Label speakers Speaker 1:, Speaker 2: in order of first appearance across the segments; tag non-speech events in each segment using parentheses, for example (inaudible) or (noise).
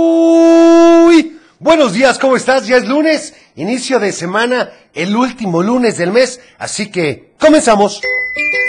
Speaker 1: Muy buenos días, ¿cómo estás? Ya es lunes, inicio de semana, el último lunes del mes, así que comenzamos.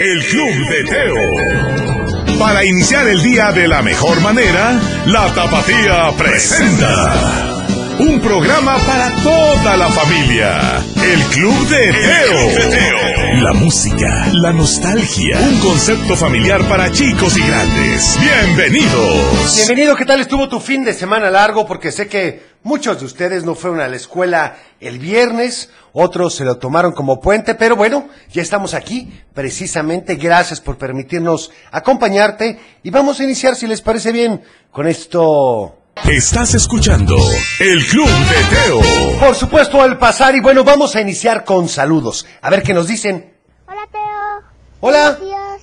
Speaker 2: El Club de Teo. Para iniciar el día de la mejor manera, la Tapatía presenta un programa para toda la familia. El Club de Teo. La música, la nostalgia, un concepto familiar para chicos y grandes. Bienvenidos.
Speaker 1: Bienvenido, ¿qué tal estuvo tu fin de semana largo? Porque sé que muchos de ustedes no fueron a la escuela el viernes, otros se lo tomaron como puente, pero bueno, ya estamos aquí, precisamente gracias por permitirnos acompañarte y vamos a iniciar, si les parece bien, con esto...
Speaker 2: Estás escuchando El Club de Teo.
Speaker 1: Por supuesto, al pasar y bueno, vamos a iniciar con saludos. A ver qué nos dicen.
Speaker 3: Hola, Teo.
Speaker 1: Hola.
Speaker 3: Buenos días.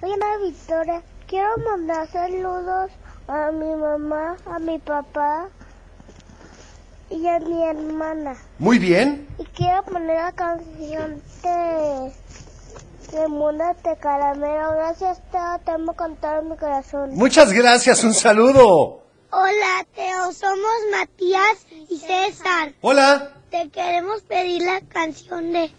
Speaker 3: Soy Ana Victoria. Quiero mandar saludos a mi mamá, a mi papá y a mi hermana.
Speaker 1: Muy bien.
Speaker 3: Y quiero poner la canción de Remuérdate Caramelo. Gracias, Teo. Te amo con todo mi corazón.
Speaker 1: Muchas gracias, un saludo.
Speaker 3: Hola, Teo. Somos Matías y César.
Speaker 1: Hola.
Speaker 3: Te queremos pedir la canción de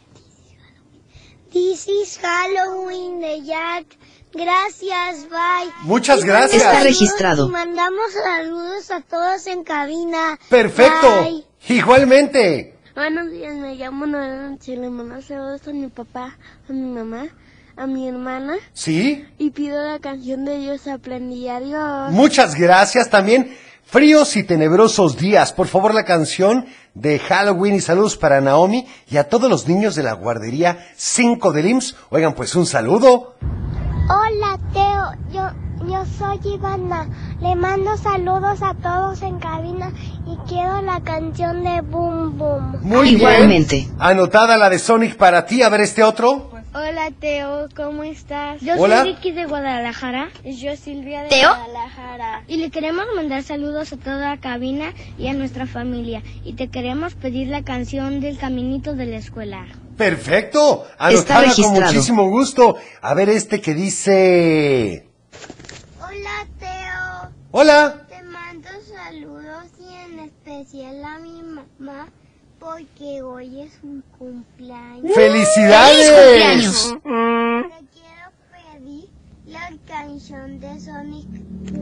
Speaker 3: This is Halloween de Jack. Gracias, bye.
Speaker 1: Muchas
Speaker 3: Y mandamos
Speaker 1: gracias. Está
Speaker 4: registrado.
Speaker 3: Y mandamos saludos a todos en cabina.
Speaker 1: Perfecto.
Speaker 3: Bye.
Speaker 1: Igualmente.
Speaker 3: Buenos días, me llamo Noelia y le mando saludos a mi papá, a mi mamá, a mi hermana
Speaker 1: Sí.
Speaker 3: y pido la canción de Dios aprendí a Dios.
Speaker 1: Muchas gracias también. Fríos y tenebrosos días. Por favor, la canción de Halloween y saludos para Naomi y a todos los niños de la guardería 5 del IMSS. Oigan, pues un saludo.
Speaker 3: Hola, Teo. Yo, yo soy Ivana. Le mando saludos a todos en cabina y quiero la canción de Boom Boom.
Speaker 1: Muy
Speaker 4: Igualmente.
Speaker 1: bien. Anotada la de Sonic para ti. A ver este otro.
Speaker 3: Hola, Teo. ¿Cómo estás? Yo
Speaker 1: Hola.
Speaker 3: soy Ricky de Guadalajara. Yo Silvia de Guadalajara. Y le queremos mandar saludos a toda la cabina y a nuestra familia. Y te queremos pedir la canción del caminito de la escuela.
Speaker 1: Perfecto. Anotada con
Speaker 4: registrado.
Speaker 1: muchísimo gusto. A ver este que dice.
Speaker 3: Hola, Teo.
Speaker 1: Hola.
Speaker 3: Te mando saludos y en especial a mi mamá porque hoy es un cumpleaños.
Speaker 1: ¡Felicidades!
Speaker 4: Mm, ¡Feliz
Speaker 3: Te quiero pedir la canción de Sonic.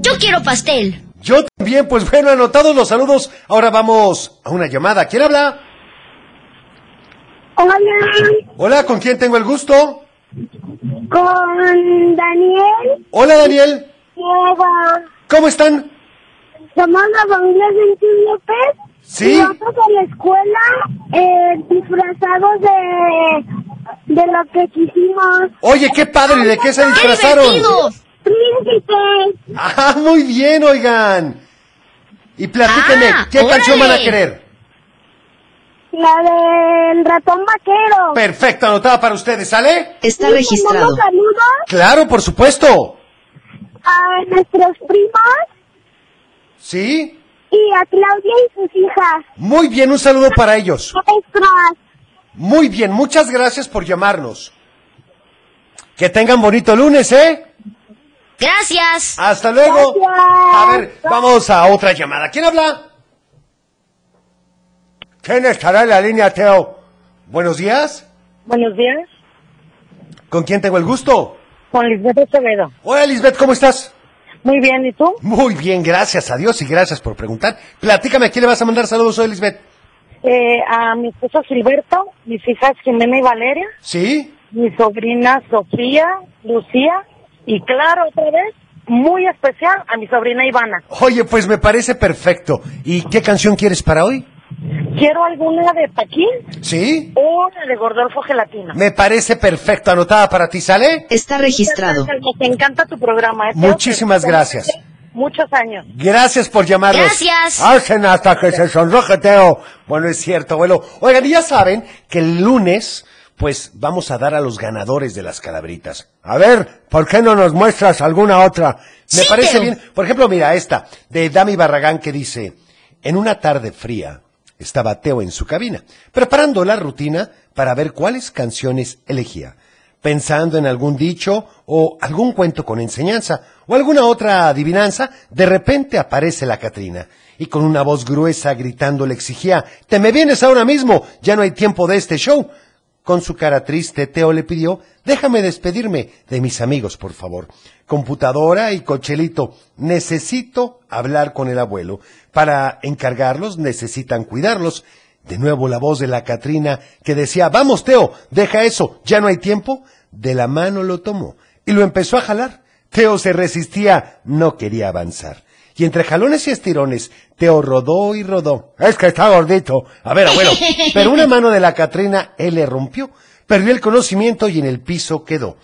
Speaker 4: Yo quiero pastel.
Speaker 1: Yo también, pues bueno, anotados los saludos. Ahora vamos a una llamada. ¿Quién habla?
Speaker 3: Hola,
Speaker 1: Hola, ¿con quién tengo el gusto?
Speaker 3: con Daniel.
Speaker 1: Hola, Daniel.
Speaker 3: Eva.
Speaker 1: ¿Cómo están?
Speaker 3: Somos la familia Gentil López.
Speaker 1: Sí.
Speaker 3: Y nosotros en la escuela eh, disfrazados de, de lo que quisimos.
Speaker 1: Oye, qué padre, ¿de qué se disfrazaron?
Speaker 4: divertido!
Speaker 3: Príncipe.
Speaker 1: Ah, muy bien, oigan. Y platíquenme,
Speaker 4: Ah,
Speaker 1: ¿qué canción van a
Speaker 4: órale.
Speaker 1: querer?
Speaker 3: La del ratón vaquero.
Speaker 1: Perfecto, anotada para ustedes, ¿sale?
Speaker 4: Está
Speaker 3: Y
Speaker 4: registrado.
Speaker 3: mandamos saludos
Speaker 1: Claro, por supuesto.
Speaker 3: a nuestros primos
Speaker 1: ¿Sí?
Speaker 3: y a Claudia y sus hijas.
Speaker 1: Muy bien, un saludo para ellos.
Speaker 3: Extras.
Speaker 1: Muy bien, muchas gracias por llamarnos. Que tengan bonito lunes, ¿eh?
Speaker 4: Gracias.
Speaker 1: Hasta luego.
Speaker 3: Gracias.
Speaker 1: A ver, vamos a otra llamada. ¿Quién habla? ¿Quién estará en la línea, Teo? Buenos días.
Speaker 5: Buenos días,
Speaker 1: ¿Con quién tengo el gusto?
Speaker 5: Juan Lisbeth Acevedo.
Speaker 1: Hola, Lisbeth, ¿cómo estás?
Speaker 5: Muy bien, ¿y tú?
Speaker 1: Muy bien, gracias a Dios y gracias por preguntar. Platícame, ¿a quién le vas a mandar saludos hoy, Lisbeth?
Speaker 5: Eh, a mi esposo Gilberto, mis hijas Jimena y Valeria,
Speaker 1: ¿Sí?
Speaker 5: mi sobrina Sofía, Lucía y claro, otra vez, muy especial a mi sobrina Ivana.
Speaker 1: Oye, pues me parece perfecto. ¿Y qué canción quieres para hoy?
Speaker 5: Quiero alguna de Paquín
Speaker 1: ¿Sí?
Speaker 5: o la de Gordolfo Gelatina.
Speaker 1: Me parece perfecto. Anotada para ti, ¿sale?
Speaker 4: Está registrado.
Speaker 5: Te encanta tu programa. ¿eh?
Speaker 1: Muchísimas gracias.
Speaker 5: Muchos años.
Speaker 1: Gracias por llamarnos.
Speaker 4: Gracias.
Speaker 1: Hacen hasta que se sonroje, Teo. Bueno, es cierto, abuelo. Oigan, y ya saben que el lunes, pues vamos a dar a los ganadores de las calabritas. A ver, ¿por qué no nos muestras alguna otra? Me
Speaker 4: Sí,
Speaker 1: parece
Speaker 4: Teo.
Speaker 1: bien. Por ejemplo, mira esta, de Dami Barragán que dice, en una tarde fría estaba Teo en su cabina, preparando la rutina para ver cuáles canciones elegía. pensando en algún dicho o algún cuento con enseñanza o alguna otra adivinanza, de repente aparece la Catrina y con una voz gruesa gritando le exigía, te me vienes ahora mismo, ya no hay tiempo de este show. Con su cara triste, Teo le pidió, déjame despedirme de mis amigos, por favor. Computadora y cochelito, necesito hablar con el abuelo. Para encargarlos necesitan cuidarlos. De nuevo la voz de la Catrina que decía, vamos Teo, deja eso, ya no hay tiempo. De la mano lo tomó y lo empezó a jalar. Teo se resistía, no quería avanzar. Y entre jalones y estirones, Teo rodó y rodó. Es que está gordito. A ver, abuelo. Pero una mano de la Catrina él le rompió. Perdió el conocimiento y en el piso quedó.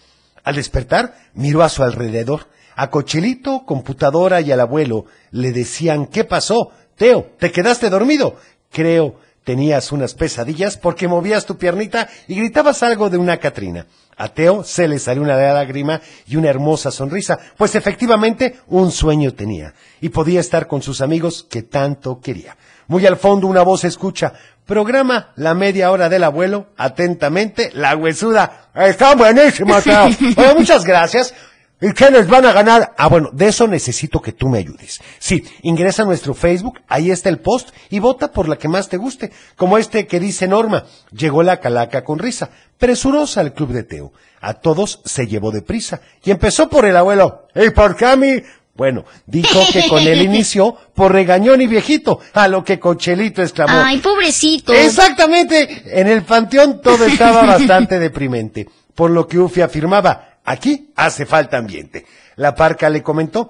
Speaker 1: Al despertar, miró a su alrededor. A Cochelito, computadora y al abuelo le decían, ¿qué pasó? Teo, ¿te quedaste dormido? Creo, tenías unas pesadillas porque movías tu piernita y gritabas algo de una Catrina. A Teo se le salió una lágrima y una hermosa sonrisa, pues efectivamente un sueño tenía y podía estar con sus amigos que tanto quería. Muy al fondo una voz escucha, programa la media hora del abuelo, atentamente, la huesuda. Está buenísima, Teo. Bueno, muchas gracias. ¿Y qué les van a ganar? Ah, bueno, de eso necesito que tú me ayudes. Sí, ingresa a nuestro Facebook, ahí está el post y vota por la que más te guste, como este que dice Norma. Llegó la calaca con risa, presurosa al club de Teo. A todos se llevó deprisa y empezó por el abuelo. ¿Y por qué a mí? Bueno, dijo que con
Speaker 4: (laughs)
Speaker 1: él inició por regañón y viejito, a lo que Cochelito exclamó.
Speaker 4: Ay, pobrecito.
Speaker 1: Exactamente. En el panteón todo
Speaker 4: (laughs)
Speaker 1: estaba bastante deprimente, por lo que Ufi afirmaba, aquí hace falta ambiente. La parca le comentó,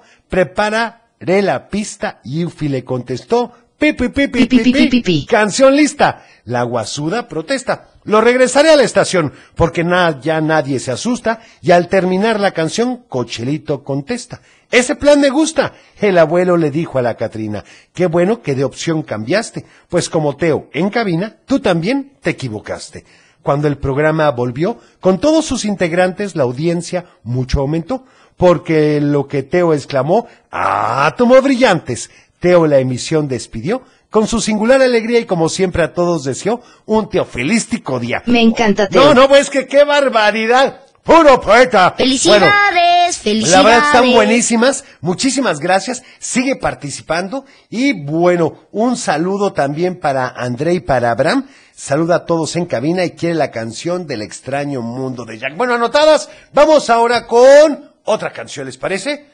Speaker 1: prepararé la pista y Ufi le contestó, pi, pi, pi, pi,
Speaker 4: Pi, pi,
Speaker 1: pi,
Speaker 4: pi,
Speaker 1: pi,
Speaker 4: pi, pi.
Speaker 1: canción lista. La guasuda protesta, lo regresaré a la estación, porque na- ya nadie se asusta, y al terminar la canción, Cochelito contesta, ese plan me gusta. El abuelo le dijo a la Catrina, qué bueno que de opción cambiaste, pues como Teo en cabina, tú también te equivocaste. Cuando el programa volvió, con todos sus integrantes, la audiencia mucho aumentó, porque lo que Teo exclamó, ¡ah, tomó brillantes! Teo la emisión despidió, con su singular alegría y como siempre a todos deseó, un teofilístico día.
Speaker 4: Me encanta Teo.
Speaker 1: No, no, pues que qué barbaridad. Puro poeta. Bueno,
Speaker 4: Felicidades, felicidades.
Speaker 1: la verdad están buenísimas. Muchísimas gracias. Sigue participando. Y bueno, un saludo también para André y para Abraham. Saluda a todos en cabina y quiere la canción del extraño mundo de Jack. Bueno, anotadas. Vamos ahora con otra canción, ¿les parece?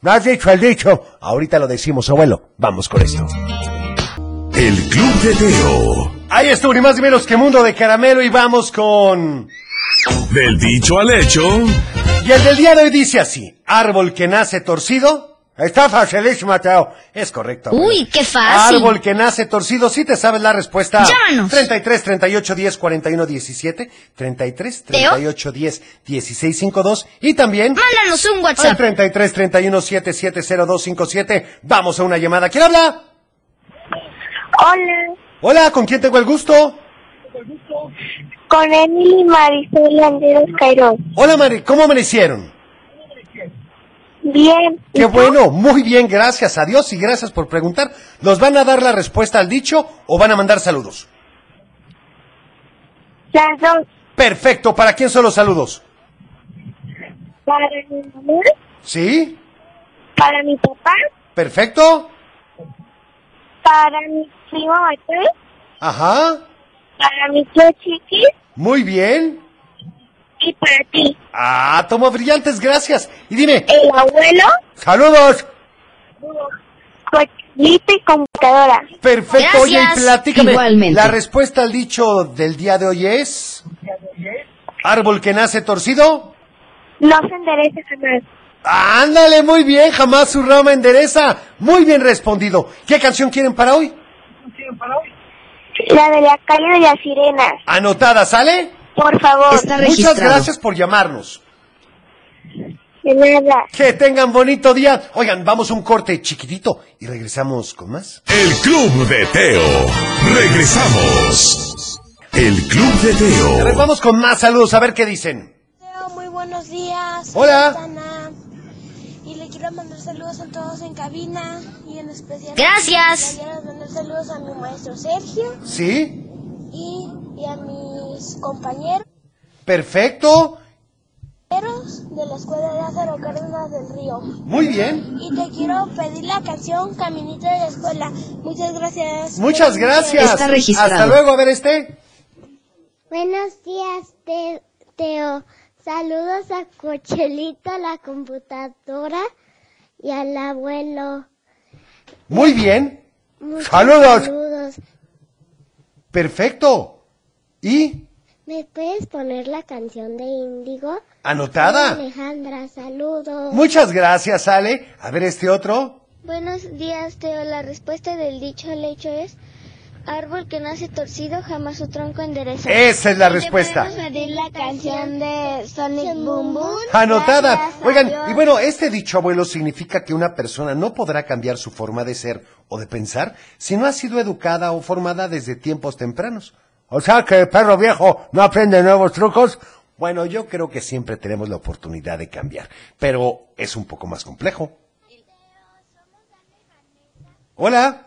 Speaker 1: No has dicho el dicho. Ahorita lo decimos, abuelo. Vamos con esto.
Speaker 2: El Club de Teo.
Speaker 1: Ahí estuvo, ni más ni menos que Mundo de Caramelo. Y vamos con...
Speaker 2: Del dicho al hecho,
Speaker 1: Y el del día de hoy dice así, árbol que nace torcido. Está facilísimo, Mateo. Es correcto. abuelo.
Speaker 4: Uy, qué fácil.
Speaker 1: Árbol que nace torcido, si te sabes la respuesta.
Speaker 4: Llámanos.
Speaker 1: 33 38 10 41 17, 33
Speaker 4: Teo.
Speaker 1: 38 10 16 52 y también
Speaker 4: Mándanos un
Speaker 1: al
Speaker 4: WhatsApp.
Speaker 1: 33 31 77 02 57. Vamos a una llamada. ¿Quién habla?
Speaker 5: Hola,
Speaker 1: Hola, ¿con quién tengo el gusto?
Speaker 5: con Emily Marisol Landeros Cairo.
Speaker 1: Hola, Mari, ¿cómo amanecieron?
Speaker 5: Bien.
Speaker 1: Qué bueno, muy bien, gracias a Dios y gracias por preguntar. ¿Nos van a dar la respuesta al dicho o van a mandar saludos?
Speaker 5: Las dos.
Speaker 1: Perfecto, ¿para quién son los saludos?
Speaker 5: Para mi mamá,
Speaker 1: ¿Sí?
Speaker 5: para mi papá,
Speaker 1: ¿Perfecto?
Speaker 5: para mi primo Matías,
Speaker 1: Ajá,
Speaker 5: para mi tío Chiquis
Speaker 1: muy bien.
Speaker 5: y para ti.
Speaker 1: Ah, tomo brillantes, gracias. Y dime,
Speaker 5: El abuelo,
Speaker 1: saludos.
Speaker 5: cochilito y computadora.
Speaker 1: Perfecto, oye, y
Speaker 4: Gracias,
Speaker 1: platícame.
Speaker 4: igualmente.
Speaker 1: La respuesta al dicho del día de hoy es... Árbol que nace torcido.
Speaker 5: No se endereza jamás.
Speaker 1: Ándale, muy bien, jamás su rama endereza. Muy bien respondido. ¿Qué canción quieren para hoy?
Speaker 5: La de la calle de las sirenas.
Speaker 1: Anotada, ¿sale?
Speaker 5: Por favor.
Speaker 4: Está
Speaker 1: Muchas
Speaker 4: registrado.
Speaker 1: gracias por llamarnos.
Speaker 5: De nada.
Speaker 1: Que tengan bonito día. Oigan, vamos a un corte chiquitito y regresamos con más.
Speaker 2: el Club de Teo. Regresamos. El Club de
Speaker 1: A ver,
Speaker 2: Teo.
Speaker 1: vamos con más saludos, a ver qué dicen.
Speaker 6: Muy buenos días.
Speaker 1: Hola.
Speaker 6: Soy Ana. Y le quiero mandar saludos a todos en cabina y en especial.
Speaker 4: Gracias.
Speaker 6: Le quiero mandar saludos a mi maestro Sergio
Speaker 1: ¿Sí?
Speaker 6: y, y a mis compañeros.
Speaker 1: Perfecto.
Speaker 6: de la escuela Lázaro Cárdenas del Río.
Speaker 1: Muy bien.
Speaker 6: Y te quiero pedir la canción Caminito de la Escuela. Muchas gracias.
Speaker 1: Muchas gracias.
Speaker 4: Está registrado.
Speaker 1: Hasta luego, a ver este.
Speaker 3: Buenos días, Te- Teo. Saludos a Cochelito, a la computadora y al abuelo.
Speaker 1: Muy bien.
Speaker 3: Muchos
Speaker 1: Saludos.
Speaker 3: saludos.
Speaker 1: Perfecto. ¿Y?
Speaker 3: ¿Me puedes poner la canción de Índigo? Soy
Speaker 1: Anotada.
Speaker 3: Alejandra, saludos.
Speaker 1: Muchas gracias, Ale. A ver este otro.
Speaker 3: Buenos días, Teo. La respuesta del dicho al hecho es: árbol que nace torcido jamás su tronco endereza.
Speaker 1: Esa es la respuesta.
Speaker 3: pedir la canción de Sonic Boom Boom?
Speaker 1: Anotada. Oigan, y bueno, este dicho abuelo significa que una persona no podrá cambiar su forma de ser o de pensar si no ha sido educada o formada desde tiempos tempranos. O sea que el perro viejo no aprende nuevos trucos. Bueno, yo creo que siempre tenemos la oportunidad de cambiar, pero es un poco más complejo. Hola.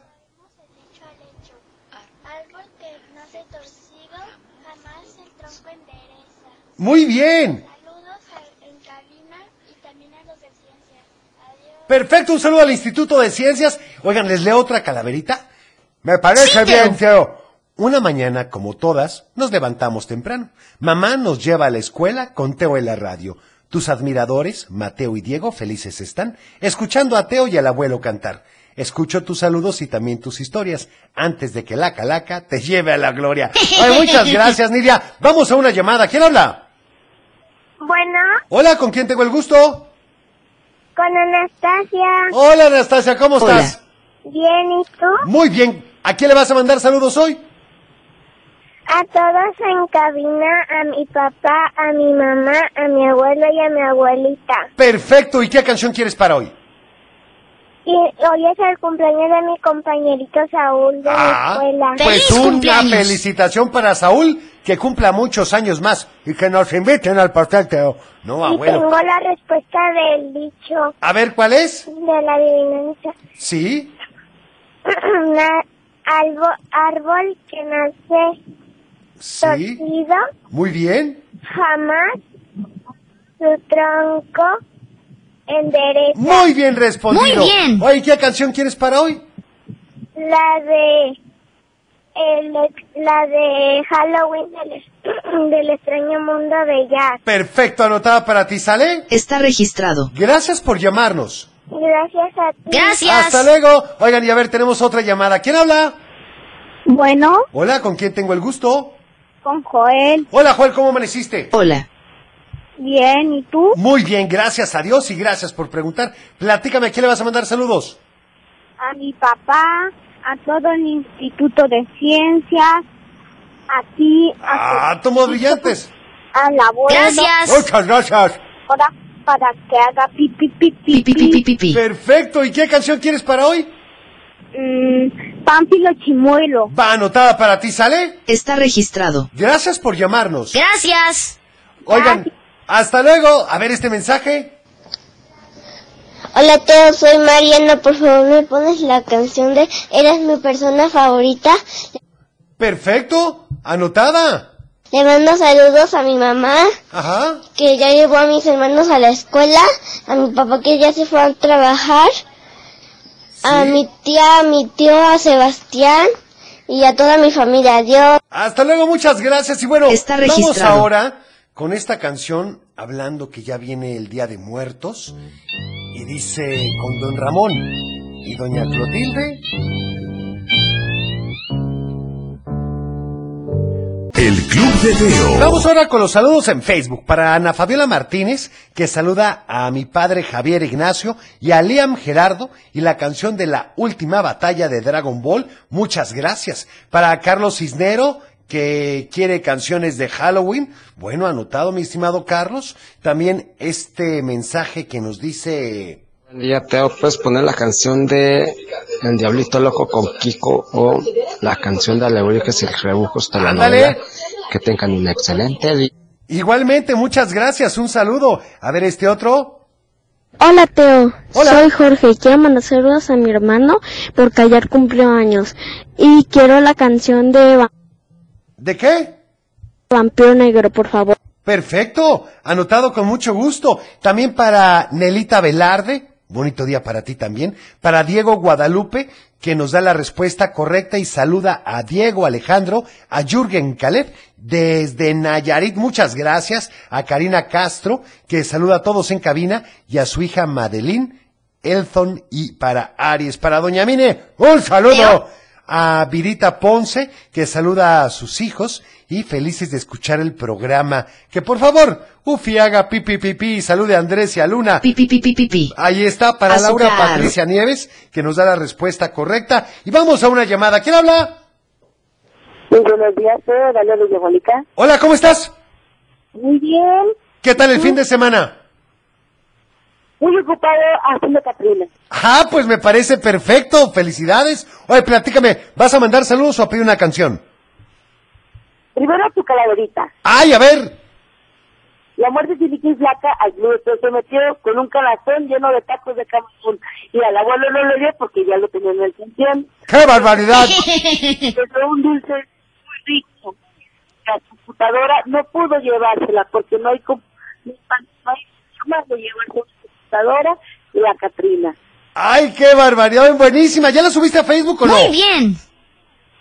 Speaker 3: Árbol que nace torcido, jamás el tronco endereza.
Speaker 1: Muy bien.
Speaker 3: Saludos en cabina y también a los de ciencia. Adiós.
Speaker 1: Perfecto, un saludo al Instituto de Ciencias. Oigan, les leo otra calaverita. Me parece
Speaker 4: Sí, Teo.
Speaker 1: bien, Teo. Una mañana, como todas, nos levantamos temprano. Mamá nos lleva a la escuela con Teo en la radio. Tus admiradores, Mateo y Diego, felices están, escuchando a Teo y al abuelo cantar. Escucho tus saludos y también tus historias, antes de que la calaca te lleve a la
Speaker 4: (laughs)
Speaker 1: gloria. Ay, muchas gracias, Nidia. Vamos a una llamada. ¿Quién habla?
Speaker 3: Bueno,
Speaker 1: Hola, ¿con quién tengo el gusto?
Speaker 3: con Anastasia.
Speaker 1: Hola, Anastasia, ¿cómo
Speaker 4: Hola.
Speaker 1: estás?
Speaker 3: Bien, ¿y tú?
Speaker 1: Muy bien. ¿A quién le vas a mandar saludos hoy?
Speaker 3: A todos en cabina, a mi papá, a mi mamá, a mi abuelo y a mi abuelita.
Speaker 1: Perfecto. ¿Y qué canción quieres para hoy?
Speaker 3: Y hoy es el cumpleaños de mi compañerito Saúl de la escuela.
Speaker 1: pues
Speaker 4: ¡Feliz
Speaker 1: una
Speaker 4: cumpleaños!
Speaker 1: felicitación para Saúl, que cumpla muchos años más y que nos inviten al pastel, Teo. No,
Speaker 3: y tengo
Speaker 1: abuelo.
Speaker 3: la respuesta del dicho
Speaker 1: A ver, ¿cuál es?
Speaker 3: de la adivinanza. (clears throat)
Speaker 1: Sí.
Speaker 3: Na- albo- árbol que nace
Speaker 1: Sí.
Speaker 3: torcido,
Speaker 1: Muy bien.
Speaker 3: jamás su tronco endereza.
Speaker 1: Muy bien respondido.
Speaker 4: Muy bien.
Speaker 1: Oye, ¿qué canción quieres para hoy?
Speaker 3: La de el, la de Halloween
Speaker 5: (clears throat)
Speaker 3: del, del extraño mundo de Jack.
Speaker 1: Perfecto, anotada para ti, ¿sale?
Speaker 4: Está registrado.
Speaker 1: Gracias por llamarnos.
Speaker 3: Gracias a ti.
Speaker 4: Gracias.
Speaker 1: Hasta luego. Oigan, y a ver, tenemos otra llamada. ¿Quién habla?
Speaker 5: Bueno,
Speaker 1: Hola, ¿con quién tengo el gusto?
Speaker 5: con Joel,
Speaker 1: Hola, Juan, ¿cómo amaneciste?
Speaker 4: Hola.
Speaker 5: bien, ¿y tú?
Speaker 1: Muy bien, gracias a Dios y gracias por preguntar. Platícame, ¿a quién le vas a mandar saludos?
Speaker 5: A mi papá, a todo el Instituto de Ciencias, a ti,
Speaker 1: Ah, átomos brillantes.
Speaker 5: al abuelo.
Speaker 4: Gracias.
Speaker 1: Muchas gracias.
Speaker 5: Ahora, para que haga pipi,
Speaker 4: Pi,
Speaker 5: pipi,
Speaker 4: pi, pi, pi, pi, pi.
Speaker 1: Perfecto, ¿y qué canción quieres para hoy?
Speaker 5: Pámpilo Mm, Chimuelo.
Speaker 1: Va anotada para ti, ¿sale?
Speaker 4: Está registrado.
Speaker 1: Gracias por llamarnos.
Speaker 4: Gracias.
Speaker 1: Oigan, hasta luego. A ver este mensaje.
Speaker 3: Hola Teo, soy Mariana. Por favor, me pones la canción de Eras mi persona favorita.
Speaker 1: Perfecto, anotada.
Speaker 3: Le mando saludos a mi mamá,
Speaker 1: Ajá.
Speaker 3: que ya llevó a mis hermanos a la escuela, a mi papá que ya se fue a trabajar, a
Speaker 1: Sí.
Speaker 3: mi tía, a mi tío, a Sebastián y a toda mi familia. Adiós.
Speaker 1: Hasta luego, muchas gracias. Y bueno,
Speaker 4: Está
Speaker 1: vamos
Speaker 4: registrado.
Speaker 1: ahora con esta canción, hablando que ya viene el Día de Muertos. Y dice con Don Ramón y Doña Clotilde.
Speaker 2: El Club de Teo.
Speaker 1: Vamos ahora con los saludos en Facebook para Ana Fabiola Martínez, que saluda a mi padre Javier Ignacio y a Liam Gerardo y la canción de la última batalla de Dragon Ball. Muchas gracias. Para Carlos Cisnero, que quiere canciones de Halloween. Bueno, anotado, mi estimado Carlos. También este mensaje que nos dice...
Speaker 7: Buen día, Teo. Puedes poner la canción de El Diablito Loco con Kiko o la canción de Alebrijes y Rebujos de la
Speaker 1: Ándale.
Speaker 7: novela. Que tengan un excelente día.
Speaker 1: Igualmente, muchas gracias. Un saludo. A ver este otro.
Speaker 3: Hola Teo,
Speaker 1: Hola.
Speaker 3: soy Jorge. Quiero mandar saludos a mi hermano porque ayer cumplió años. Y quiero la canción de
Speaker 1: ¿De qué?
Speaker 3: Vampiro Negro, por favor.
Speaker 1: Perfecto, anotado con mucho gusto. También para Nelita Velarde, bonito día para ti también. Para Diego Guadalupe, que nos da la respuesta correcta y saluda a Diego Alejandro, a Jürgen Caleb, desde Nayarit, muchas gracias. A Karina Castro, que saluda a todos en cabina, y a su hija Madeline, Elton y para Aries. Para Doña Mine, un saludo
Speaker 8: Leo.
Speaker 1: a Virita Ponce, que saluda a sus hijos y felices de escuchar el programa. Que por favor, Ufi haga pipi pipi y salude a Andrés y a Luna.
Speaker 4: Pi, pi, pi, pi, pi, pi.
Speaker 1: Ahí está para Laura
Speaker 4: Azúcar.
Speaker 1: Patricia Nieves, que nos da la respuesta correcta. Y vamos a una llamada. ¿Quién habla?
Speaker 5: Muy buenos días, soy Valeria Diabólica.
Speaker 1: Hola, ¿cómo estás?
Speaker 5: Muy bien.
Speaker 1: ¿Qué tal el fin de semana?
Speaker 5: Muy ocupado haciendo Catrina.
Speaker 1: Ah, pues me parece perfecto. Felicidades. Oye, platícame, ¿vas a mandar saludos o a pedir una canción?
Speaker 5: Primero tu calaverita.
Speaker 1: Ay, a ver.
Speaker 5: La muerte de Vicky Flaca al club se metió con un calazón lleno de tacos de camarón. Y al abuelo no lo dio porque ya lo tenía en el canción.
Speaker 1: ¡Qué barbaridad!
Speaker 4: (laughs)
Speaker 5: Pero un dulce muy rico. La computadora no pudo llevársela porque no hay, com- no hay- no hay forma de llevarse una computadora y la Catrina.
Speaker 1: ¡Ay, qué barbaridad! Buenísima. ¿Ya la subiste a Facebook o no?
Speaker 8: Muy bien.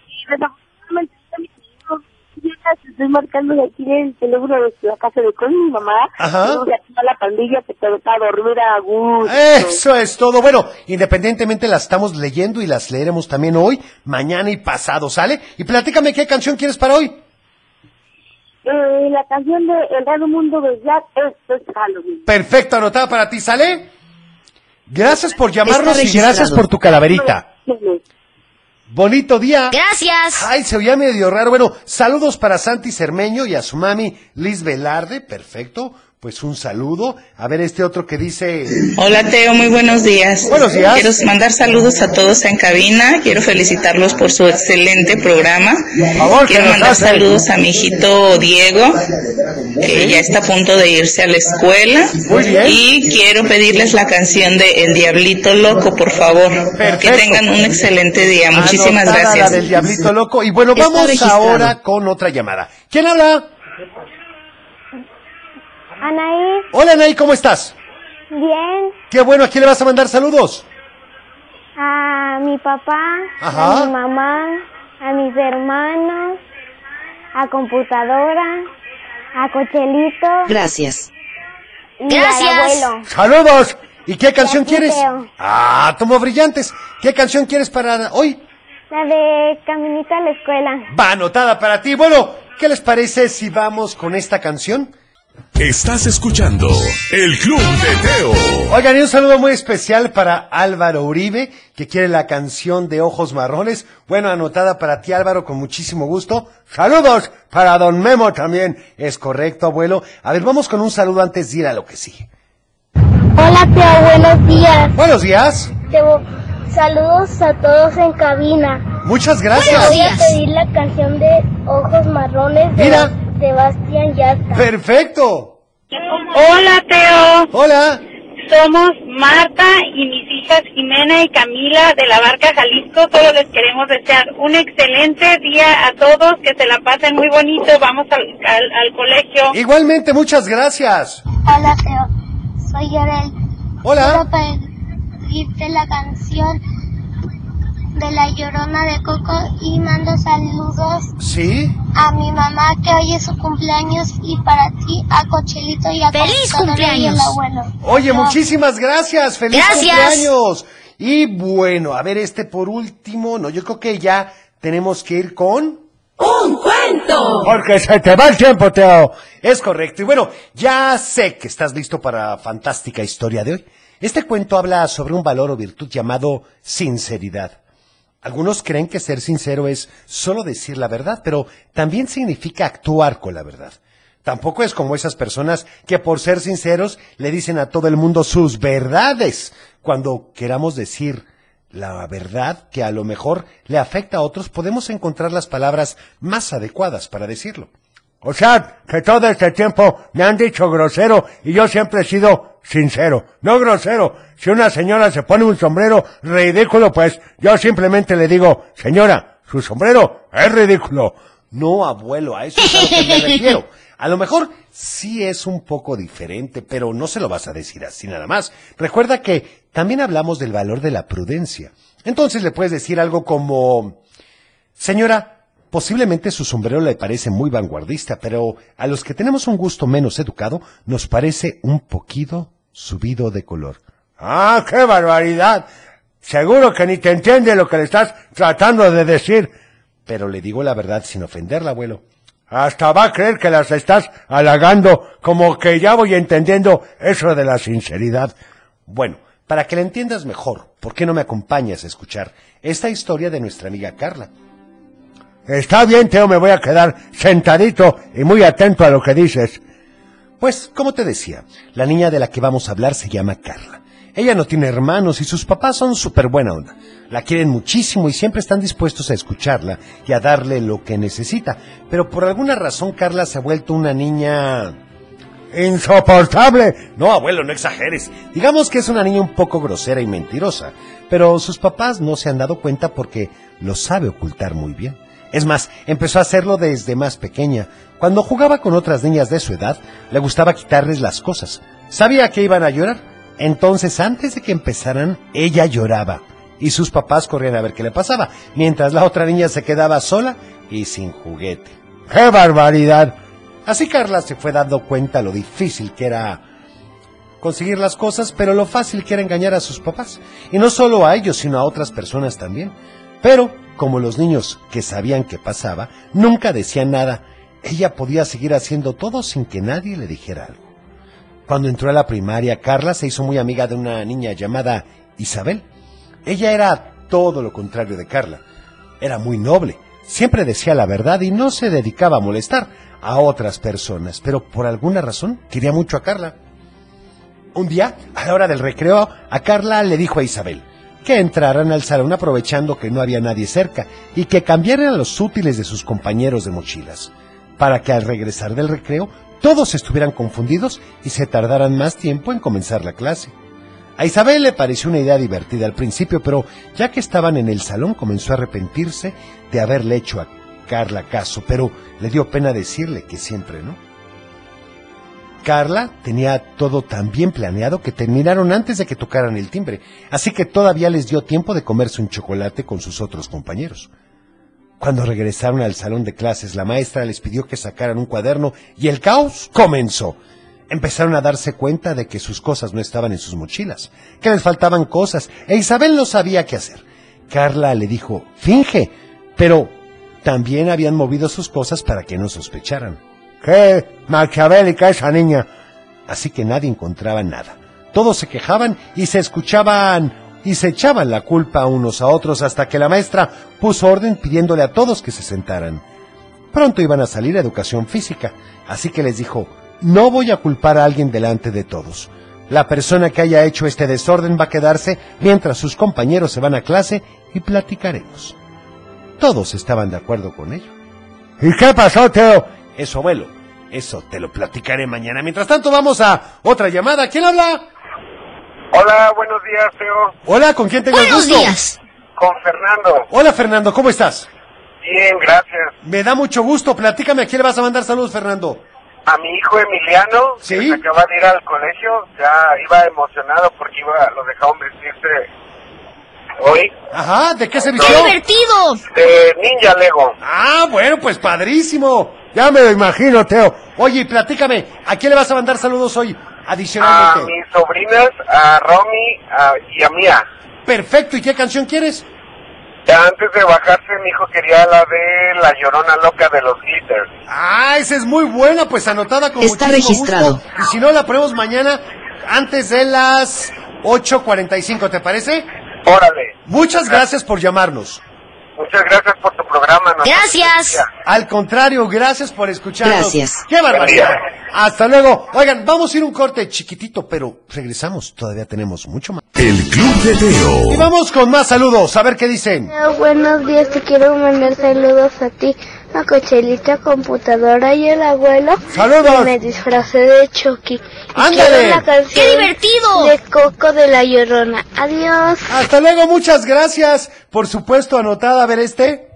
Speaker 5: Y desafortunadamente está mi teléfono. Yo ya te estoy marcando de aquí del teléfono de la casa de con mi mamá.
Speaker 1: Ajá.
Speaker 5: Tengo que activar la pandilla que te está a dormir a gusto.
Speaker 1: Eso es todo. Bueno, independientemente las estamos leyendo y las leeremos también hoy, mañana y pasado, ¿sale? Y platícame qué canción quieres para hoy.
Speaker 5: Eh, la canción de El Raro Mundo de Jack, esto es Halloween.
Speaker 1: Perfecto, anotada para ti, ¿sale? Gracias por llamarnos
Speaker 4: Está
Speaker 1: y gracias
Speaker 4: registrado.
Speaker 1: por tu calaverita. Bonito día.
Speaker 8: Gracias.
Speaker 1: Ay, se oía medio raro. Bueno, saludos para Santi Cermeño y a su mami Liz Velarde. Perfecto. Pues un saludo. A ver este otro que dice...
Speaker 9: Hola Teo, muy buenos días.
Speaker 1: Buenos días.
Speaker 9: Quiero mandar saludos a todos en cabina. Quiero felicitarlos por su excelente programa.
Speaker 1: favor, que
Speaker 9: Quiero
Speaker 1: nos
Speaker 9: mandar
Speaker 1: hace.
Speaker 9: saludos a mi hijito Diego, que ya está a punto de irse a la escuela.
Speaker 1: Muy bien.
Speaker 9: Y quiero pedirles la canción de El Diablito Loco, por favor. Que
Speaker 1: Perfecto.
Speaker 9: tengan un excelente día. Muchísimas
Speaker 1: Anotada
Speaker 9: gracias.
Speaker 1: La del diablito loco. Y bueno,
Speaker 4: Está
Speaker 1: vamos
Speaker 4: registrado.
Speaker 1: ahora con otra llamada. ¿Quién habla?
Speaker 3: Anaí,
Speaker 1: Hola, Nay, ¿cómo estás?
Speaker 3: bien.
Speaker 1: Qué bueno, ¿a quién le vas a mandar saludos?
Speaker 3: A mi papá,
Speaker 1: Ajá.
Speaker 3: a mi mamá, a mis hermanos, a computadora, a Cochelito
Speaker 4: Gracias.
Speaker 3: y
Speaker 8: Gracias.
Speaker 3: al abuelo.
Speaker 1: ¡Saludos! ¿Y qué canción
Speaker 3: aquí,
Speaker 1: quieres?
Speaker 3: Teo.
Speaker 1: Ah, tomo brillantes. ¿Qué canción quieres para hoy?
Speaker 3: La de Caminito a la escuela.
Speaker 1: Va anotada para ti. Bueno, ¿qué les parece si vamos con esta canción?
Speaker 2: Estás escuchando El Club de Teo.
Speaker 1: Oigan, y un saludo muy especial para Álvaro Uribe, que quiere la canción de Ojos Marrones. Bueno, anotada para ti, Álvaro, con muchísimo gusto. Saludos para don Memo también. Es correcto, abuelo. A ver, vamos con un saludo antes de ir a lo que sigue.
Speaker 3: Hola, Teo, buenos días.
Speaker 1: Buenos días.
Speaker 3: saludos a todos en cabina.
Speaker 1: Muchas
Speaker 3: Te
Speaker 1: gracias.
Speaker 3: voy a pedir la canción de Ojos Marrones de
Speaker 1: Mira.
Speaker 3: Sebastián Yatra.
Speaker 1: Perfecto.
Speaker 5: Hola, Teo.
Speaker 1: Hola.
Speaker 5: Somos Marta y mis hijas Jimena y Camila de la Barca Jalisco. Solo les queremos desear un excelente día a todos, que se la pasen muy bonito. Vamos al, al, al colegio.
Speaker 1: Igualmente, muchas gracias.
Speaker 3: Hola, Teo. Soy Yorel.
Speaker 1: Hola.
Speaker 3: Quiero pedirte la canción de La Llorona de Coco y mando saludos
Speaker 1: Sí.
Speaker 3: a mi mamá que hoy es su cumpleaños y para ti a Cochelito y a
Speaker 8: ¡Feliz
Speaker 3: Computadora y
Speaker 8: cumpleaños!
Speaker 3: el abuelo.
Speaker 1: Oye,
Speaker 3: Chao.
Speaker 1: muchísimas gracias. Feliz
Speaker 8: Gracias.
Speaker 1: cumpleaños. Y bueno, a ver este por último. No, yo creo que ya tenemos que ir con... Porque se te va el tiempo, Teo. Es correcto. Y bueno, ya sé que estás listo para la fantástica historia de hoy. Este cuento habla sobre un valor o virtud llamado sinceridad. Algunos creen que ser sincero es solo decir la verdad, pero también significa actuar con la verdad. Tampoco es como esas personas que por ser sinceros le dicen a todo el mundo sus verdades, cuando queramos decir la verdad que a lo mejor le afecta a otros, podemos encontrar las palabras más adecuadas para decirlo. O sea, que todo este tiempo me han dicho grosero y yo siempre he sido sincero, no grosero. Si una señora se pone un sombrero ridículo, pues yo simplemente le digo, señora, su sombrero es ridículo. No, abuelo, a eso es a lo que me refiero. A lo mejor sí es un poco diferente, pero no se lo vas a decir así nada más. Recuerda que también hablamos del valor de la prudencia. Entonces le puedes decir algo como, Señora, posiblemente su sombrero le parece muy vanguardista, pero a los que tenemos un gusto menos educado nos parece un poquito subido de color. ¡Ah, qué barbaridad! Seguro que ni te entiende lo que le estás tratando de decir. Pero le digo la verdad sin ofenderla, abuelo. Hasta va a creer que las estás halagando, como que ya voy entendiendo eso de la sinceridad. Bueno, para que la entiendas mejor, ¿por qué no me acompañas a escuchar esta historia de nuestra amiga Carla? Está bien, Teo, me voy a quedar sentadito y muy atento a lo que dices. Pues, como te decía, la niña de la que vamos a hablar se llama Carla. Ella no tiene hermanos y sus papás son súper buena onda. La quieren muchísimo y siempre están dispuestos a escucharla y a darle lo que necesita. Pero por alguna razón Carla se ha vuelto una niña... ¡Insoportable! No, abuelo, no exageres. Digamos que es una niña un poco grosera y mentirosa, pero sus papás no se han dado cuenta porque lo sabe ocultar muy bien. Es más, empezó a hacerlo desde más pequeña. Cuando jugaba con otras niñas de su edad, le gustaba quitarles las cosas. Sabía que iban a llorar. Entonces, antes de que empezaran, ella lloraba. Y sus papás corrían a ver qué le pasaba, mientras la otra niña se quedaba sola y sin juguete. ¡Qué barbaridad! Así Carla se fue dando cuenta lo difícil que era conseguir las cosas, pero lo fácil que era engañar a sus papás. Y no solo a ellos, sino a otras personas también. Pero, como los niños que sabían que pasaba, nunca decían nada. Ella podía seguir haciendo todo sin que nadie le dijera algo. Cuando entró a la primaria, Carla se hizo muy amiga de una niña llamada Isabel. Ella era todo lo contrario de Carla. Era muy noble, siempre decía la verdad y no se dedicaba a molestar a otras personas, pero por alguna razón quería mucho a Carla. Un día, a la hora del recreo, a Carla le dijo a Isabel que entraran al salón aprovechando que no había nadie cerca y que cambiaran los útiles de sus compañeros de mochilas, para que al regresar del recreo todos estuvieran confundidos y se tardaran más tiempo en comenzar la clase. A Isabel le pareció una idea divertida al principio, pero ya que estaban en el salón comenzó a arrepentirse de haberle hecho a Carla caso, pero le dio pena decirle que siempre no. Carla tenía todo tan bien planeado que terminaron antes de que tocaran el timbre, así que todavía les dio tiempo de comerse un chocolate con sus otros compañeros. Cuando regresaron al salón de clases, la maestra les pidió que sacaran un cuaderno y el caos comenzó. Empezaron a darse cuenta de que sus cosas no estaban en sus mochilas, que les faltaban cosas, e Isabel no sabía qué hacer. Carla le dijo, finge, pero también habían movido sus cosas para que no sospecharan. ¡Qué maquiavélica esa niña! Así que nadie encontraba nada. Todos se quejaban y se escuchaban y se echaban la culpa unos a otros hasta que la maestra puso orden pidiéndole a todos que se sentaran. Pronto iban a salir a educación física, así que les dijo, no voy a culpar a alguien delante de todos. La persona que haya hecho este desorden va a quedarse mientras sus compañeros se van a clase y platicaremos. Todos estaban de acuerdo con ello. ¿Y qué pasó, Teo? Eso, abuelo. Eso te lo platicaré mañana. Mientras tanto, vamos a otra llamada. ¿Quién habla?
Speaker 8: Hola, buenos días, Teo.
Speaker 1: Hola, ¿con quién tengo el
Speaker 4: Buenos
Speaker 1: gusto?
Speaker 4: días.
Speaker 8: Con Fernando.
Speaker 1: Hola, Fernando, ¿cómo estás?
Speaker 8: Bien, gracias.
Speaker 1: Me da mucho gusto. Platícame, ¿a quién le vas a mandar saludos, Fernando?
Speaker 8: A mi hijo Emiliano,
Speaker 1: Sí.
Speaker 8: que se acaba de ir al colegio, ya iba emocionado porque iba, lo dejaron vestirse hoy
Speaker 1: Ajá, ¿de qué se
Speaker 4: ¡Qué
Speaker 1: vistió?
Speaker 4: divertido!
Speaker 8: de Ninja Lego.
Speaker 1: Ah, bueno, pues padrísimo. Ya me lo imagino, Teo. Oye, y platícame, ¿a quién le vas a mandar saludos hoy?
Speaker 8: A
Speaker 1: Adicionalmente.
Speaker 8: mis sobrinas, a Romy a- y a Mía.
Speaker 1: Perfecto, ¿y qué canción quieres?
Speaker 8: Ya antes de bajarse, mi hijo quería la de La Llorona Loca de los Glitters.
Speaker 1: Ah, esa es muy buena, pues anotada con
Speaker 4: Está
Speaker 1: muchísimo
Speaker 4: registrado.
Speaker 1: gusto. Y si no, la ponemos mañana antes de las 8.45, ¿te parece?
Speaker 8: Órale,
Speaker 1: Muchas gracias por llamarnos.
Speaker 8: muchas gracias por tu programa. nos
Speaker 4: Gracias.
Speaker 8: aprecia.
Speaker 1: Al contrario, gracias por escucharnos.
Speaker 4: Gracias.
Speaker 1: ¡Qué barbaridad!
Speaker 8: Buen
Speaker 1: Hasta luego. Oigan, vamos a ir un corte chiquitito, pero regresamos. Todavía tenemos mucho más.
Speaker 2: El Club de
Speaker 1: Y
Speaker 2: Teo.
Speaker 1: vamos con más saludos, a ver qué dicen.
Speaker 3: Hola, buenos días, te quiero mandar saludos a ti, a Cochelita Computadora y el abuelo.
Speaker 1: ¡Saludos!
Speaker 3: Y me disfracé de Chucky. Y
Speaker 1: ¡Ándale!
Speaker 3: quiero la canción
Speaker 4: ¡Qué divertido!
Speaker 3: De Coco de la Llorona. Adiós.
Speaker 1: Hasta luego, muchas gracias. Por supuesto, anotada, a ver este.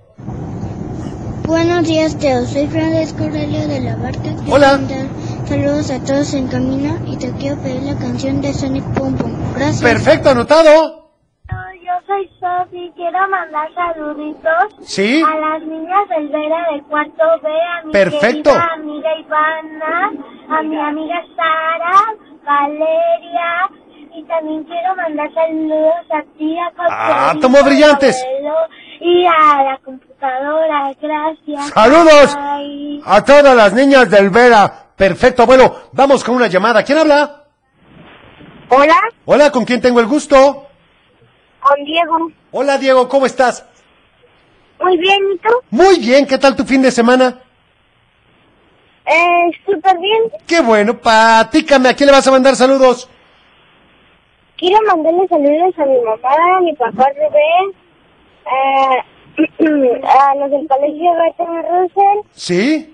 Speaker 3: Buenos días, Teo. Soy Frances Correlio de la Barca. Quiero
Speaker 1: Hola.
Speaker 3: mandar Saludos a todos en camino y te quiero pedir la canción de Sonic Pum Pum. Gracias.
Speaker 1: Perfecto, anotado.
Speaker 6: Yo soy Sofi, quiero mandar saluditos
Speaker 1: Sí.
Speaker 6: a las niñas del Vera del cuarto B, a mi
Speaker 1: Perfecto.
Speaker 6: querida amiga Ivana, a mi amiga Sara, Valeria, y también quiero mandar saludos a ti, a
Speaker 1: Ah,
Speaker 6: José,
Speaker 1: tomó
Speaker 6: a mi
Speaker 1: brillantes.
Speaker 6: abuelo y a la computadora, gracias.
Speaker 1: Saludos
Speaker 6: Bye.
Speaker 1: a todas las niñas del Vera. Perfecto, abuelo. Vamos con una llamada. ¿Quién habla?
Speaker 5: Hola,
Speaker 1: Hola, ¿con quién tengo el gusto?
Speaker 5: con Diego.
Speaker 1: Hola, Diego, ¿cómo estás?
Speaker 5: Muy bien, ¿y tú?
Speaker 1: Muy bien, ¿qué tal tu fin de semana?
Speaker 5: Eh, súper bien.
Speaker 1: Qué bueno, platícame, ¿a quién le vas a mandar saludos?
Speaker 5: Quiero mandarle saludos a mi mamá, a mi papá Rubén, eh, (clears throat) a los del Colegio Bertrand Russell,
Speaker 1: ¿Sí?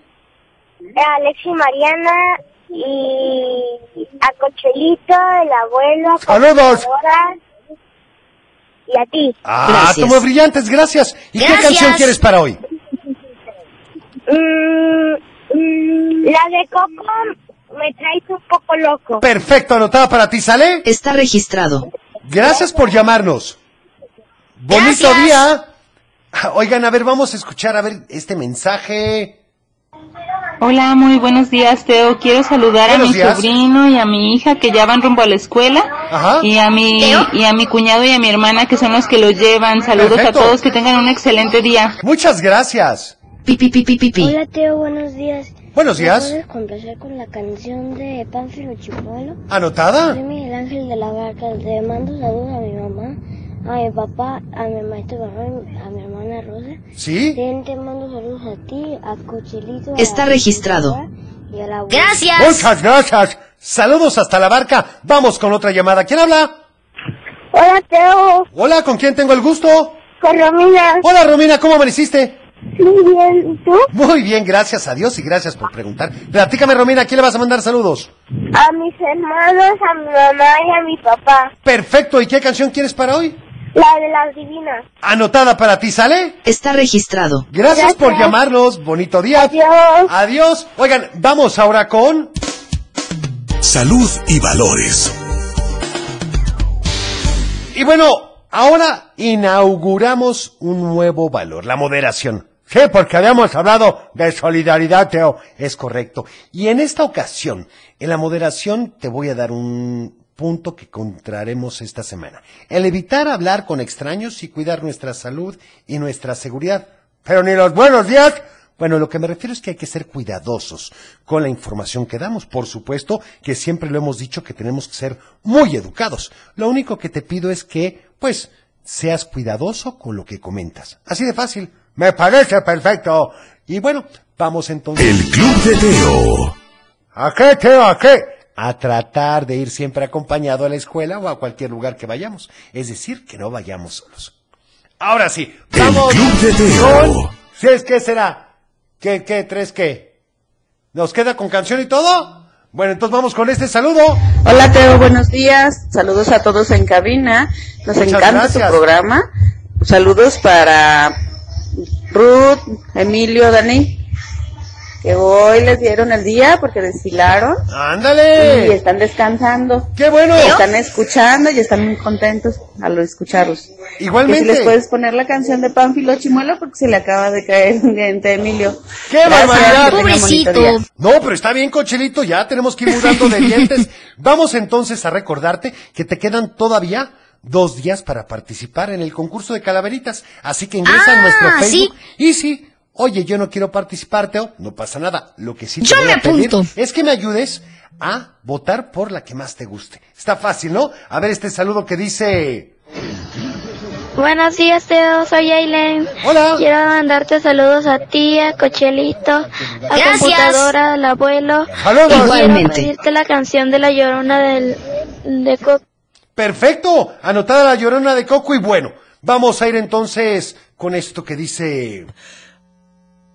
Speaker 5: a Alex y Mariana y a Cochelito, el abuelo, a
Speaker 1: Saludos.
Speaker 5: computadora, y a ti.
Speaker 1: Ah,
Speaker 4: Gracias.
Speaker 1: tomo brillantes, gracias. ¿Y qué
Speaker 4: Gracias.
Speaker 1: canción quieres para hoy?
Speaker 5: Mm, mm, la de Coco me trae un poco loco.
Speaker 1: Perfecto, anotada para ti, ¿sale?
Speaker 4: Está registrado.
Speaker 1: Gracias por llamarnos. Bonito
Speaker 4: Gracias.
Speaker 1: día. Ah, Oigan, a ver, vamos a escuchar, a ver, este mensaje.
Speaker 9: Hola, muy buenos días, Teo. Quiero saludar
Speaker 1: Buenos
Speaker 9: a mi
Speaker 1: días.
Speaker 9: sobrino y a mi hija que ya van rumbo a la escuela.
Speaker 1: Ajá.
Speaker 9: Y a mi
Speaker 4: ¿Teo?
Speaker 9: y a mi cuñado y a mi hermana que son los que los llevan. Saludos
Speaker 1: Perfecto.
Speaker 9: a todos, que tengan un excelente día.
Speaker 1: Muchas gracias.
Speaker 4: Pipi pipi pipi.
Speaker 3: Hola, Teo. Buenos días.
Speaker 1: Buenos días.
Speaker 3: ¿Me puedes complacer con la canción de Pánfilo Chimuelo? Soy
Speaker 1: ¿Anotada?
Speaker 3: Miguel Ángel de la Barca. Le mando saludos a mi mamá, a mi papá, a mi maestro Barrón, a mi hermana Rosa.
Speaker 1: ¿Sí?
Speaker 3: También te mando saludos a ti, a Cochelito. a
Speaker 4: Está
Speaker 3: mi
Speaker 4: registrado.
Speaker 3: papá y a la abuela.
Speaker 4: Gracias.
Speaker 1: Muchas gracias. Saludos hasta la barca. Vamos con otra llamada. ¿Quién habla?
Speaker 5: Hola, Teo.
Speaker 1: Hola, ¿con quién tengo el gusto?
Speaker 5: Con Romina.
Speaker 1: Hola, Romina, ¿cómo amaneciste?
Speaker 5: Muy bien, ¿y tú?
Speaker 1: Muy bien, gracias a Dios y gracias por preguntar. Platícame, Romina, ¿a quién le vas a mandar saludos?
Speaker 5: A mis hermanos, a mi mamá y a mi papá.
Speaker 1: Perfecto, ¿y qué canción quieres para hoy?
Speaker 5: La de las divinas.
Speaker 1: Anotada para ti, ¿sale?
Speaker 4: Está registrado.
Speaker 1: Gracias por
Speaker 5: Gracias.
Speaker 1: llamarnos. Bonito día.
Speaker 5: Adiós.
Speaker 1: Adiós. Oigan, vamos ahora con.
Speaker 2: Salud y valores.
Speaker 1: Y bueno, ahora inauguramos un nuevo valor, la moderación. Sí, porque habíamos hablado de solidaridad, Teo. Es correcto. Y en esta ocasión, en la moderación, te voy a dar un punto que contraremos esta semana. El evitar hablar con extraños y cuidar nuestra salud y nuestra seguridad. Pero ni los buenos días Bueno, lo que me refiero es que hay que ser cuidadosos con la información que damos. Por supuesto que siempre lo hemos dicho que tenemos que ser muy educados. Lo único que te pido es que, pues, seas cuidadoso con lo que comentas. Así de fácil. Me parece perfecto. Y bueno, vamos entonces.
Speaker 2: El Club de Teo.
Speaker 1: ¿A qué, Teo? ¿A qué? A tratar de ir siempre acompañado a la escuela o a cualquier lugar que vayamos. Es decir, que no vayamos solos. Ahora sí,
Speaker 2: El
Speaker 1: vamos
Speaker 2: Club de Teo.
Speaker 1: con... Si es que será... ¿Qué, qué, tres, qué? ¿Nos queda con canción y todo? Bueno, entonces vamos con este saludo.
Speaker 9: Hola Teo, buenos días. Saludos a todos en cabina. Nos
Speaker 1: Muchas
Speaker 9: encanta
Speaker 1: gracias.
Speaker 9: tu programa. Saludos para Ruth, Emilio, Dani, que hoy les dieron el día porque desfilaron y
Speaker 1: ¡Ándale!
Speaker 9: están descansando.
Speaker 1: ¡Qué bueno!
Speaker 9: Están escuchando y están muy contentos al escucharlos. Que si les
Speaker 1: Igualmente.
Speaker 9: puedes poner la canción de Pánfilo Chimuelo porque se le acaba de caer (laughs) un diente a Emilio.
Speaker 1: ¡Qué
Speaker 9: Gracias,
Speaker 1: barbaridad!
Speaker 9: que tengan
Speaker 4: Pobrecito.
Speaker 9: bonito día.
Speaker 1: No, pero está bien, cochelito, ya tenemos que ir mudando de
Speaker 4: (laughs)
Speaker 1: dientes. Vamos entonces a recordarte que te quedan todavía dos días para participar en el concurso de calaveritas. Así que ingresa a
Speaker 4: Ah,
Speaker 1: nuestro Facebook.
Speaker 4: sí.
Speaker 1: Y sí, oye, yo no quiero participar, Teo, no pasa nada. Lo que sí te
Speaker 4: Yo
Speaker 1: voy a
Speaker 4: me
Speaker 1: pedir
Speaker 4: apunto.
Speaker 1: es que me ayudes a votar por la que más te guste. Está fácil, ¿no? A ver este saludo que dice...
Speaker 3: Buenos días, Teo. Soy Aileen.
Speaker 1: Hola.
Speaker 3: Quiero mandarte saludos a ti, a Cochelito, a
Speaker 4: Gracias.
Speaker 3: computadora, al abuelo.
Speaker 1: Saludos.
Speaker 3: Quiero
Speaker 4: Igualmente.
Speaker 3: pedirte la canción de la llorona del, de Coco.
Speaker 1: Perfecto, anotada la llorona de Coco y bueno, vamos a ir entonces con esto que dice...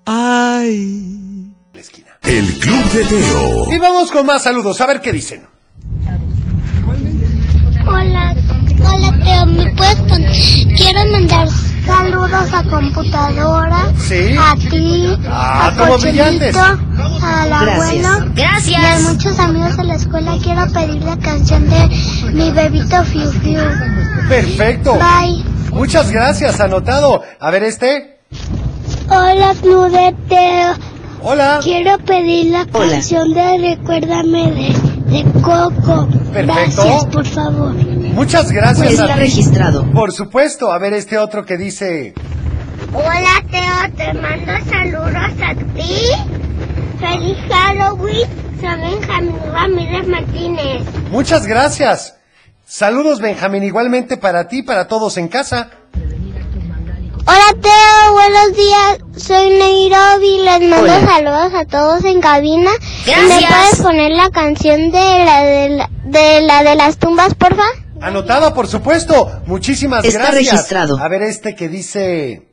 Speaker 10: Ay.
Speaker 1: La esquina.
Speaker 2: El Club de Teo.
Speaker 1: Y vamos con más saludos, a ver qué dicen.
Speaker 3: Hola, hola Teo, ¿me puedes Quiero mandar saludos libros, a computadora,
Speaker 1: Sí.
Speaker 3: a ti,
Speaker 1: Ah,
Speaker 3: a
Speaker 1: como brillantes.
Speaker 3: Cochinito, al
Speaker 4: Gracias.
Speaker 3: abuelo. Gracias. Y a muchos amigos de la escuela quiero pedir la canción de mi bebito Fiu Fiu.
Speaker 1: Perfecto.
Speaker 3: Bye.
Speaker 1: Muchas gracias, anotado. A ver este.
Speaker 3: Hola, Club de Teo.
Speaker 1: Hola.
Speaker 3: Quiero pedir la
Speaker 4: Hola.
Speaker 3: canción de Recuérdame de, de Coco.
Speaker 1: Perfecto.
Speaker 3: Gracias, por favor.
Speaker 1: Muchas gracias
Speaker 4: Está
Speaker 1: a ti.
Speaker 4: registrado.
Speaker 1: Por supuesto. A ver este otro que dice.
Speaker 3: Hola Teo, te mando saludos a ti. Feliz Halloween, soy Benjamín Ramírez Martínez.
Speaker 1: Muchas gracias. Saludos, Benjamín, igualmente para ti, para todos en casa.
Speaker 3: Hola Teo, buenos días, soy Nairobi, les mando
Speaker 4: Hola.
Speaker 3: saludos a todos en cabina. ¿Me puedes poner la canción de la de, la- de la de las tumbas, porfa?
Speaker 1: Anotada, por supuesto. Muchísimas
Speaker 4: Está
Speaker 1: gracias.
Speaker 4: registrado.
Speaker 1: A ver este que dice.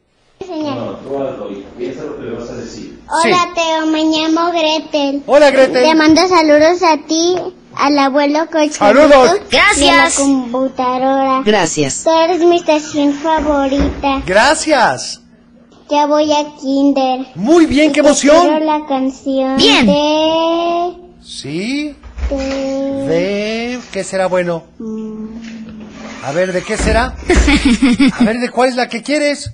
Speaker 3: Hola Teo, me llamo Gretel.
Speaker 1: Hola, Gretel.
Speaker 3: Te mando saludos a ti, al abuelo Cochinito.
Speaker 1: Saludos.
Speaker 3: Gracias. Y a la computadora.
Speaker 4: Gracias.
Speaker 3: Tú eres mi estación favorita.
Speaker 1: Gracias.
Speaker 3: Ya voy a Kinder.
Speaker 1: Muy bien, qué
Speaker 3: Quiero
Speaker 1: emoción.
Speaker 3: la canción
Speaker 4: Bien.
Speaker 3: de...
Speaker 1: Sí.
Speaker 3: de-
Speaker 1: ¿De qué será bueno? A ver, ¿de qué será? A ver, ¿de cuál es la que quieres?